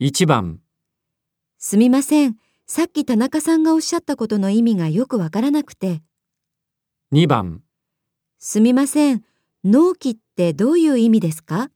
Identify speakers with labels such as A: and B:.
A: 1番、
B: すみません。さっき田中さんがおっしゃったことの意味がよくわからなくて。
A: 2番、
B: すみません。納期ってどういう意味ですか